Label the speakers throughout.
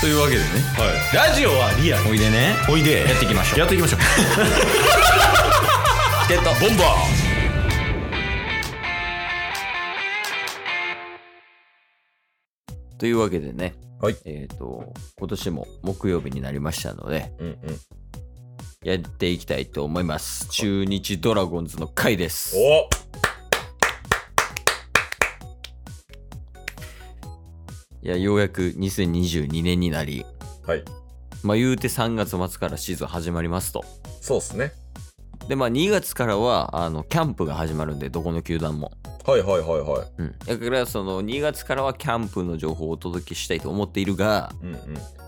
Speaker 1: というわけでね
Speaker 2: ラジオはリアル
Speaker 1: おいでね
Speaker 2: おいで
Speaker 1: やっていきましょう
Speaker 2: やっていきましょう
Speaker 1: チケットボンバーというわけでね、
Speaker 2: はい
Speaker 1: えっ、と、今年も木曜日になりましたので、
Speaker 2: うんうん
Speaker 1: やっていきたいと思います。中日ドラゴンズの回です。
Speaker 2: お
Speaker 1: いや、ようやく2022年になり、
Speaker 2: はい
Speaker 1: まあ言うて3月末からシーズン始まりますと。
Speaker 2: そうっすね
Speaker 1: で、まあ2月からは、あの、キャンプが始まるんで、どこの球団も。
Speaker 2: はいはいはいはい
Speaker 1: うん。だから、その2月からはキャンプの情報をお届けしたいと思っているが、
Speaker 2: うんうん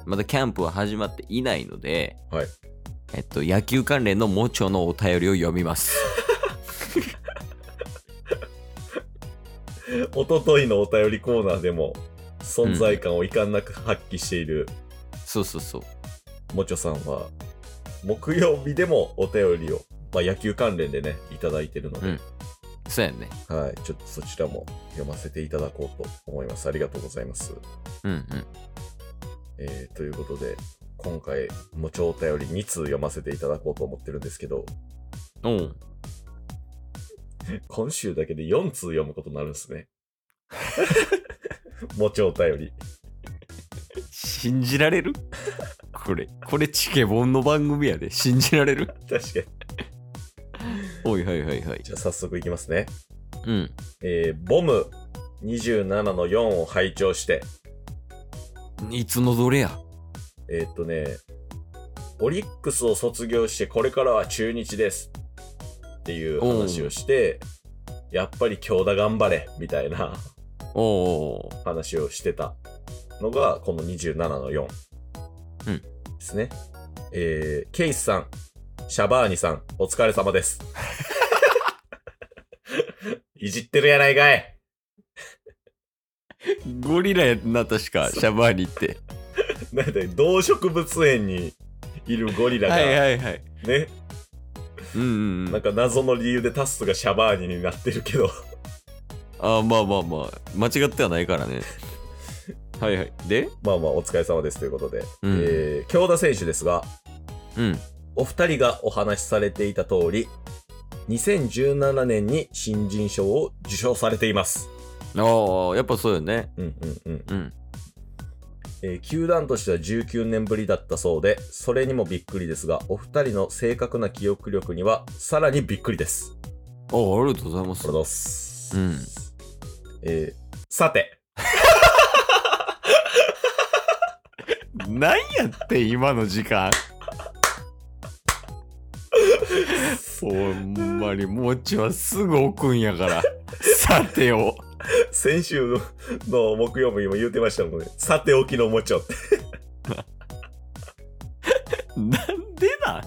Speaker 1: まだキャンプは始まっていないので、
Speaker 2: はい
Speaker 1: えっと、野球関連のもちょのお便りを読みます。
Speaker 2: おとといのお便りコーナーでも存在感を遺憾なく発揮している
Speaker 1: そうそうそう。
Speaker 2: もちょさんは木曜日でもお便りを、まあ、野球関連でねいただいてるので、
Speaker 1: そうやね。
Speaker 2: はいちょっとそちらも読ませていただこうと思いますありがとうございます
Speaker 1: うんうん。
Speaker 2: えーということで、今回、もちょお便り2通読ませていただこうと思ってるんですけど、
Speaker 1: おう
Speaker 2: 今週だけで4通読むことになるんです ね。もちょお便り。
Speaker 1: 信じられるこれ、これチケボンの番組やで。信じられる
Speaker 2: 確かに。
Speaker 1: おいはいはいはい。
Speaker 2: じゃあ早速いきますね。
Speaker 1: うん。
Speaker 2: えー、ボム27の4を拝聴して、
Speaker 1: いつのどれや
Speaker 2: えーっとね、オリックスを卒業してこれからは中日ですっていう話をして、やっぱり京田頑張れみたいな
Speaker 1: おおう
Speaker 2: 話をしてたのが、この27の4。
Speaker 1: うん
Speaker 2: ですね。えー、ケイスさん、シャバーニさん、お疲れ 様です。いじってるやないかい。
Speaker 1: ゴリラやんな、確か、シャバーニって。
Speaker 2: なんで、動植物園にいるゴリラが、
Speaker 1: はいはいはい。
Speaker 2: ね、
Speaker 1: うんうんう
Speaker 2: なん
Speaker 1: ん。
Speaker 2: か謎の理由でタスがシャバーニになってるけど、
Speaker 1: あーまあまあまあ、間違ってはないからね。はいはい。で
Speaker 2: まあまあお疲れ様ですということで、
Speaker 1: うん
Speaker 2: えー、京田選手ですが、
Speaker 1: うん。
Speaker 2: お二人がお話しされていた通り、2017年に新人賞を受賞されています。
Speaker 1: ああ、やっぱそうよね。
Speaker 2: うんうんうん。
Speaker 1: うん。
Speaker 2: えー球団としては19年ぶりだったそうで、それにもびっくりですが、お二人の正確な記憶力にはさらにびっくりです。
Speaker 1: ああ、ありがとうございま
Speaker 2: ありが
Speaker 1: す
Speaker 2: とう。ございます。
Speaker 1: うん
Speaker 2: えーさ て、
Speaker 1: なんやって今の時間ほんまにもちはすぐ置くんや からさてよ
Speaker 2: 先週の木曜日にも言うてましたもんね。さておきのも ちょって。
Speaker 1: なんでなん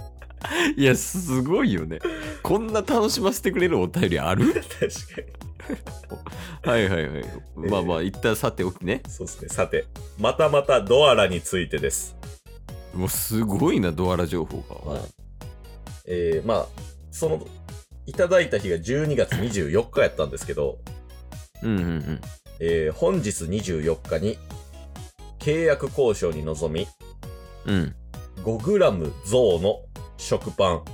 Speaker 1: いやすごいよねこんな楽しませてくれるお便りある
Speaker 2: 確かに。
Speaker 1: はいはいはいまあまあ一旦さておきね
Speaker 2: そうですね。さて、またまたドアラについてです。
Speaker 1: もうすごいなドアラ情報が、
Speaker 2: はいえー、まあ、その、いただいた日が12月24日やったんですけど、
Speaker 1: うんうんうん
Speaker 2: えー本日24日に、契約交渉に臨み、
Speaker 1: うん、
Speaker 2: 5g 増の食パン、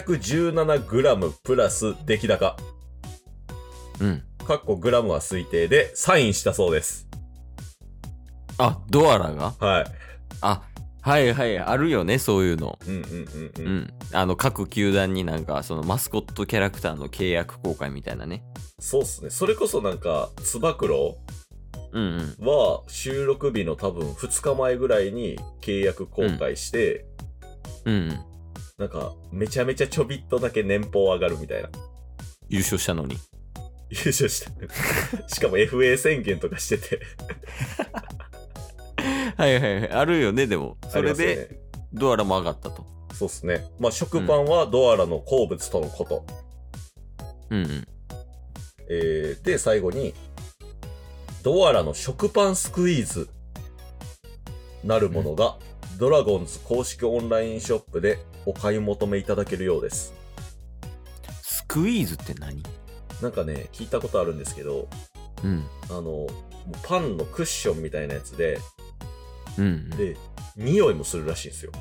Speaker 2: 617g プラス出来高、
Speaker 1: うん、
Speaker 2: かっこグラムは推定でサインしたそうです。
Speaker 1: あドアラが
Speaker 2: は
Speaker 1: あはいはいあるよねそういうの
Speaker 2: い。うんうんうん
Speaker 1: う
Speaker 2: うん。
Speaker 1: ん、あの各球団になんかそのマスコットキャラクターの契約公開みたいなね。
Speaker 2: そうっすね。それこそなんか、つば九郎
Speaker 1: うんうん。
Speaker 2: は収録日の多分2日前ぐらいに契約公開して、
Speaker 1: うん、うん。
Speaker 2: なんかめちゃめちゃちょびっとだけ年俸上がるみたいな
Speaker 1: 優勝したのに。
Speaker 2: 優勝した しかも FA 宣言とかしてて
Speaker 1: はいはいはい。あるよね、でも。それ
Speaker 2: あります
Speaker 1: で
Speaker 2: よね
Speaker 1: ドアラも上がったと。
Speaker 2: そうっすねまあ食パンはドアラの好物とのこと、
Speaker 1: うんうん。
Speaker 2: えー、で最後にドアラの食パンスクイーズなるものが、ドラゴンズ公式オンラインショップでお買い求めいただけるようです
Speaker 1: スクイーズって何
Speaker 2: なんかね聞いたことあるんですけど
Speaker 1: うん。
Speaker 2: あの、もうパンのクッションみたいなやつで、
Speaker 1: うん。
Speaker 2: で、匂いもするらしいんですよ。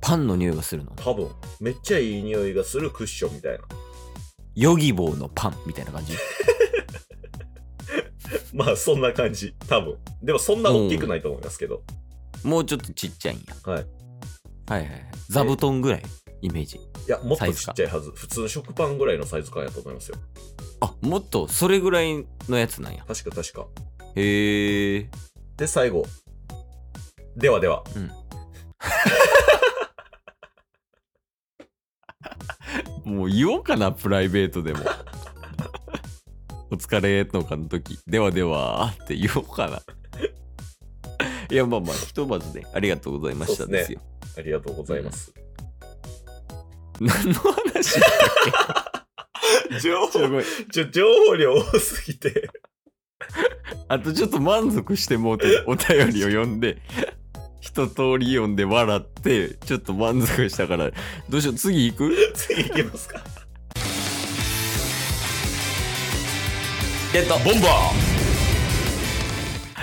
Speaker 1: パンの匂いがするの。
Speaker 2: 多分、めっちゃいい匂いがするクッションみたいな。
Speaker 1: ヨギボーのパンみたいな感じ。
Speaker 2: まあ、そんな感じ。多分。でも、そんな大きくないと思いますけど。
Speaker 1: もうちょっとちっちゃいんや。
Speaker 2: はい。
Speaker 1: はいはいはい。座布団ぐらい、イメージ。
Speaker 2: いや、もっ
Speaker 1: サ
Speaker 2: と
Speaker 1: イズ
Speaker 2: ち
Speaker 1: か
Speaker 2: っちゃいはず。普通の食パンぐらいのサイズ感やと思いますよ。
Speaker 1: あ、もっと、それぐらいのやつなんや。
Speaker 2: 確か確か。
Speaker 1: へえ。
Speaker 2: で、最後。ではでは。
Speaker 1: もう言おうかな、プライベートでも。 お疲れとかの時、ではではって言おうかな。いや、まあまあ、ひとまずね、ありがとうございました
Speaker 2: そうっすね
Speaker 1: ですよ。
Speaker 2: ありがとうございます。
Speaker 1: 何の話
Speaker 2: 情
Speaker 1: ちょごめん
Speaker 2: ちょ、情報量多すぎて。
Speaker 1: あとちょっと満足してもうて、お便りを読んで、一通り読んで笑って、ちょっと満足したから、どうしよう、次行く
Speaker 2: 次行きます か。
Speaker 1: えっと、ボンバ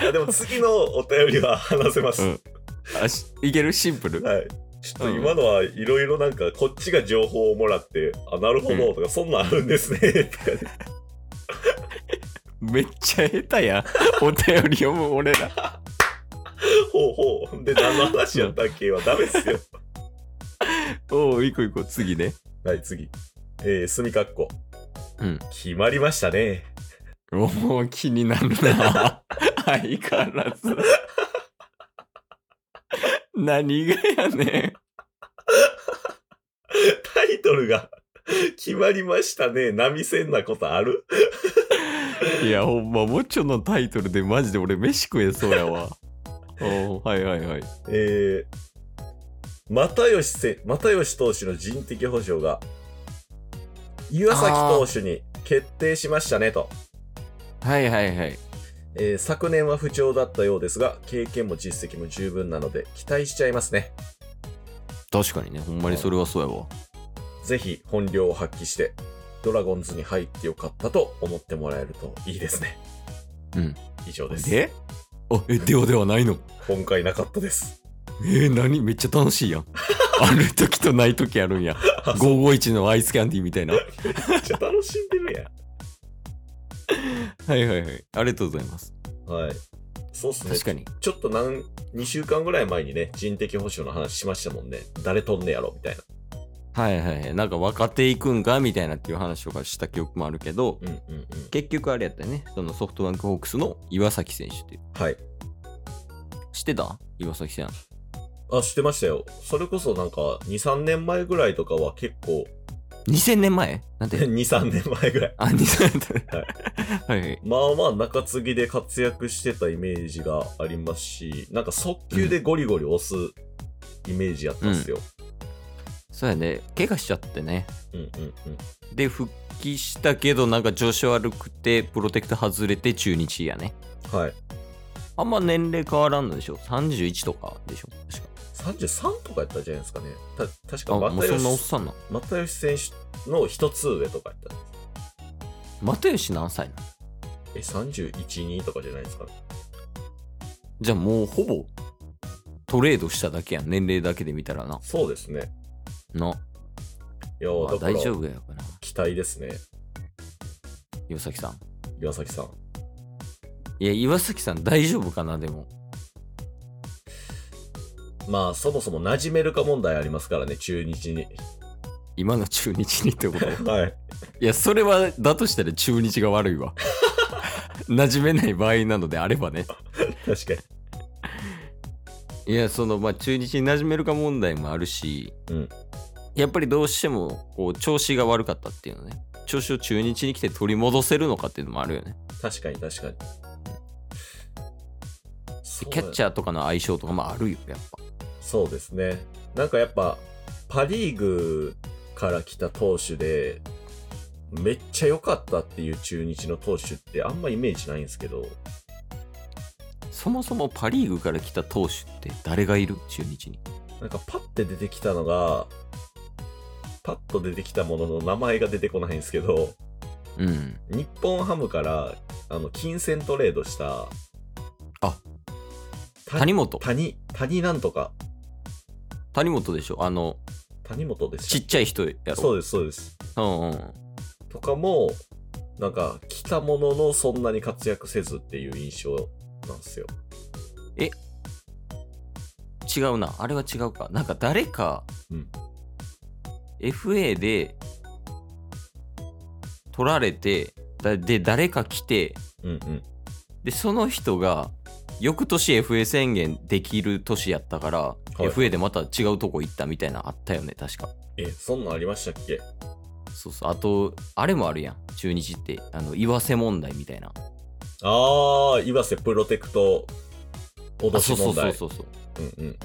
Speaker 2: いやでも次のお便りは話せます。
Speaker 1: うんーあしいけるシンプル
Speaker 2: はい。ちょっと今のはいろいろなんかこっちが情報をもらって、あ、なるほどとか、そんなんあるんですね。 とかね
Speaker 1: めっちゃ下手やん。お便り読む俺ら。
Speaker 2: ほうほう。で、何の話やったっけはダメっすよ。
Speaker 1: おお、行こう行こう、次ね。
Speaker 2: はい、次。えー、すみかっこ。
Speaker 1: うん。
Speaker 2: 決まりましたね。
Speaker 1: もう気になるな。相変わらず。何がやね
Speaker 2: タイトルが、決まりましたね。波線なことある
Speaker 1: ん。いや、ほんま、もちょのタイトルでマジで俺飯食えそうやわ。おーはいはいはい。
Speaker 2: えー、又吉せ、又吉投手の人的保障が、岩崎投手に決定しましたねと。
Speaker 1: はいはいはい。
Speaker 2: えー昨年は不調だったようですが、経験も実績も十分なので、期待しちゃいますね。
Speaker 1: 確かにね、ほんまにそれはそうやわ。
Speaker 2: ぜひ本領を発揮して、ドラゴンズに入ってよかったと思ってもらえるといいですね。
Speaker 1: うん。
Speaker 2: 以上です。
Speaker 1: であ、え、ではではないの。
Speaker 2: 今回なかった です。
Speaker 1: えー、何めっちゃ楽し いやん。ある時とない時あるんや。551のアイスキャンディーみたいな。は
Speaker 2: めっちゃ楽しんでる
Speaker 1: いはいはい。ありがとうございます。
Speaker 2: やん。はい。そうっすね
Speaker 1: 確。かに。
Speaker 2: ちょっと何、2週間ぐらい前にね、人的保障の話しましたもんね。誰とんねやろみたいな。
Speaker 1: はいはいはい。なんか若手行くんかみたいなっていう話とかした記憶もあるけど、
Speaker 2: うんうんうん。
Speaker 1: 結局あれやったよね。そのソフトバンクホークスの岩崎選手っていう。
Speaker 2: はい。
Speaker 1: 知ってた岩崎さん。
Speaker 2: あ、知ってましたよ。それこそなんか、2、3年前ぐらいとかは結構、
Speaker 1: 2000年前なん
Speaker 2: 2、
Speaker 1: て。
Speaker 2: 3年前ぐらい。
Speaker 1: あ、2000年前。はいはい。
Speaker 2: まあまあ中継ぎで活躍してたイメージがありますし、なんか速球でゴリゴリ押すイメージやったんすよ。
Speaker 1: そうやね。怪我しちゃってね。
Speaker 2: うんうんうん。
Speaker 1: で、復帰したけど、なんか調子悪くて、プロテクト外れて中日やね。
Speaker 2: はい。
Speaker 1: あんま年齢変わらんのでしょ ?31 とかでしょ確か。
Speaker 2: 33とかやったんじゃないですかね。た確
Speaker 1: あ、
Speaker 2: か
Speaker 1: もうそんなおっ
Speaker 2: 又吉、
Speaker 1: さんな。
Speaker 2: 又吉選手の一つ上とかやったんです。
Speaker 1: 又吉何歳なの
Speaker 2: え、31、2とかじゃないですかね。
Speaker 1: じゃあもうほぼトレードしただけやん。年齢だけで見たらな。
Speaker 2: そうですね。
Speaker 1: ない
Speaker 2: やー、
Speaker 1: まあ、
Speaker 2: だから
Speaker 1: 大丈夫やから
Speaker 2: 期待ですね、
Speaker 1: 岩崎さん
Speaker 2: 岩崎さん。
Speaker 1: いや岩崎さん大丈夫かなでも
Speaker 2: まあそもそも馴染めるか問題ありますからね、中 日に。
Speaker 1: 今の中日にってこと
Speaker 2: はい。
Speaker 1: いやそれはだとしたら中日が悪いわ 馴染めない場合なのであればね
Speaker 2: 確かに。
Speaker 1: いやそのまあ中日に馴染めるか問題もあるし、
Speaker 2: うん
Speaker 1: やっぱりどうしてもこう調子が悪かったっていうのね調子を中日に来て取り戻せるのかっていうのもあるよね
Speaker 2: 確かに確かに。そう
Speaker 1: キャッチャーとかの相性とかもあるよやっぱ
Speaker 2: そうですね。なんかやっぱ、パ・リーグから来た投手で、めっちゃ良かったっていう中日の投手ってあんまイメージないんですけど、
Speaker 1: そもそもパ・リーグから来た投手って誰がいる中日に
Speaker 2: なんかパッて出てきたのが、パッと出てきたものの名前が出てこないんですけど、
Speaker 1: うん
Speaker 2: 日本ハムから、あの、金銭トレードした、
Speaker 1: あ
Speaker 2: た
Speaker 1: 谷本
Speaker 2: 谷、谷なんとか、
Speaker 1: 谷本でしょあの
Speaker 2: 谷本で
Speaker 1: ち
Speaker 2: し
Speaker 1: っちゃい人やろ
Speaker 2: た。そうです、そうです。
Speaker 1: うんうん
Speaker 2: とかも、なんか、来たもののそんなに活躍せずっていう印象なんですよ。
Speaker 1: 違うなあれは違うかなんか誰か、
Speaker 2: うん、
Speaker 1: FA で取られてだで誰か来て
Speaker 2: うんうん。
Speaker 1: でその人が翌年 FA 宣言できる年やったから、
Speaker 2: い
Speaker 1: FA でまた違うとこ行ったみたいなのあったよね確か
Speaker 2: え、そんなんありましたっけ
Speaker 1: そうそうあとあれもあるやん中日ってあの岩瀬問題みたいな
Speaker 2: あー、岩瀬プロテクト脅
Speaker 1: あ
Speaker 2: し
Speaker 1: そうそ
Speaker 2: 問
Speaker 1: うそう
Speaker 2: 題。
Speaker 1: そうそう
Speaker 2: うんうん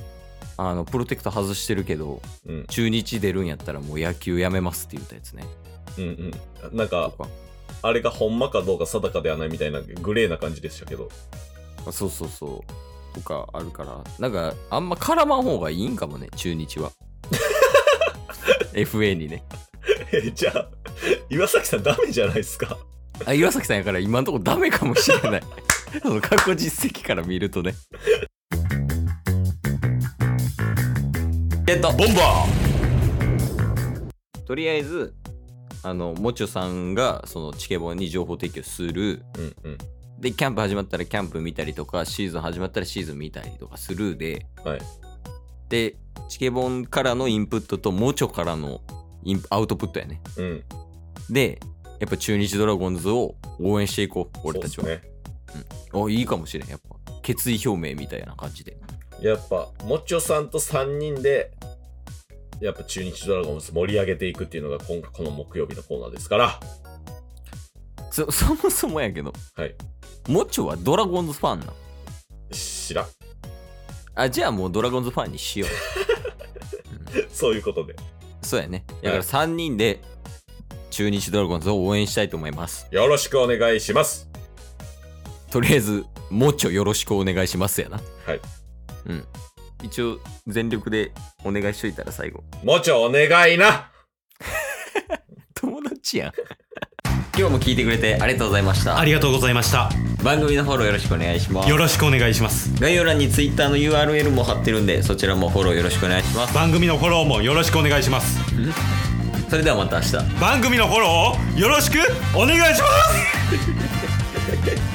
Speaker 1: あのプロテクト外してるけど
Speaker 2: うん
Speaker 1: 中日出るんやったらもう野球やめますって言ったやつね
Speaker 2: うんうん。なん
Speaker 1: と
Speaker 2: か、
Speaker 1: か
Speaker 2: あれがほんまかどうか定かではないみたいなグレーな感じでしたけど。
Speaker 1: あそうそうそうとかあるからなんかあんま絡まん方がいいんかもね中日 は FA にね
Speaker 2: え、じゃあ、岩崎さんダメじゃないですか。
Speaker 1: あ岩崎さんやから今のとこダメかもしれないその過去実績から見るとねゲット
Speaker 2: ボンバ
Speaker 1: とりあえずあのもちょさんがそのチケボンに情報提供する
Speaker 2: ーうんうん。
Speaker 1: でキャンプ始まったらキャンプ見たりとかシーズン始まったらシーズン見たりとかするで、
Speaker 2: はい
Speaker 1: でチケボンからのインプットとモチョからのインプアウトプットやね
Speaker 2: うん。
Speaker 1: でやっぱ中日ドラゴンズを応援していこう俺たちは、
Speaker 2: そうっすね。
Speaker 1: あいいかもしれんやっぱ決意表明みたいな感じで
Speaker 2: やっぱ、もっちょさんと3人で、やっぱ中日ドラゴンズ盛り上げていくっていうのが今回この木曜日のコーナーですから。
Speaker 1: そ そもそもやけど
Speaker 2: はい
Speaker 1: モチョはドラゴンズファンなん
Speaker 2: 知らん。
Speaker 1: あじゃあもうドラゴンズファンにしよ う、うん
Speaker 2: そういうことで。
Speaker 1: そうやねだから3人で中日ドラゴンズを応援したいと思います
Speaker 2: よろしくお願いします。
Speaker 1: とりあえず、もうちょよろしくお願いしますやな。
Speaker 2: はい。
Speaker 1: うん。一応、全力でお願いしといたら最後。
Speaker 2: もちょお願いな
Speaker 1: 友達やん。 今日も聞いてくれてありがとうございました
Speaker 3: あ。りがとうございました。
Speaker 1: 番組のフォローよろしくお願いします
Speaker 3: よ。ろしくお願いします。
Speaker 1: 概要欄に Twitter の URL も貼ってるんで、そちらもフォローよろしくお願いします。
Speaker 3: 番組のフォローもよろしくお願いします。
Speaker 1: それではまた明日。
Speaker 3: 番組のフォローをよろしくお願いします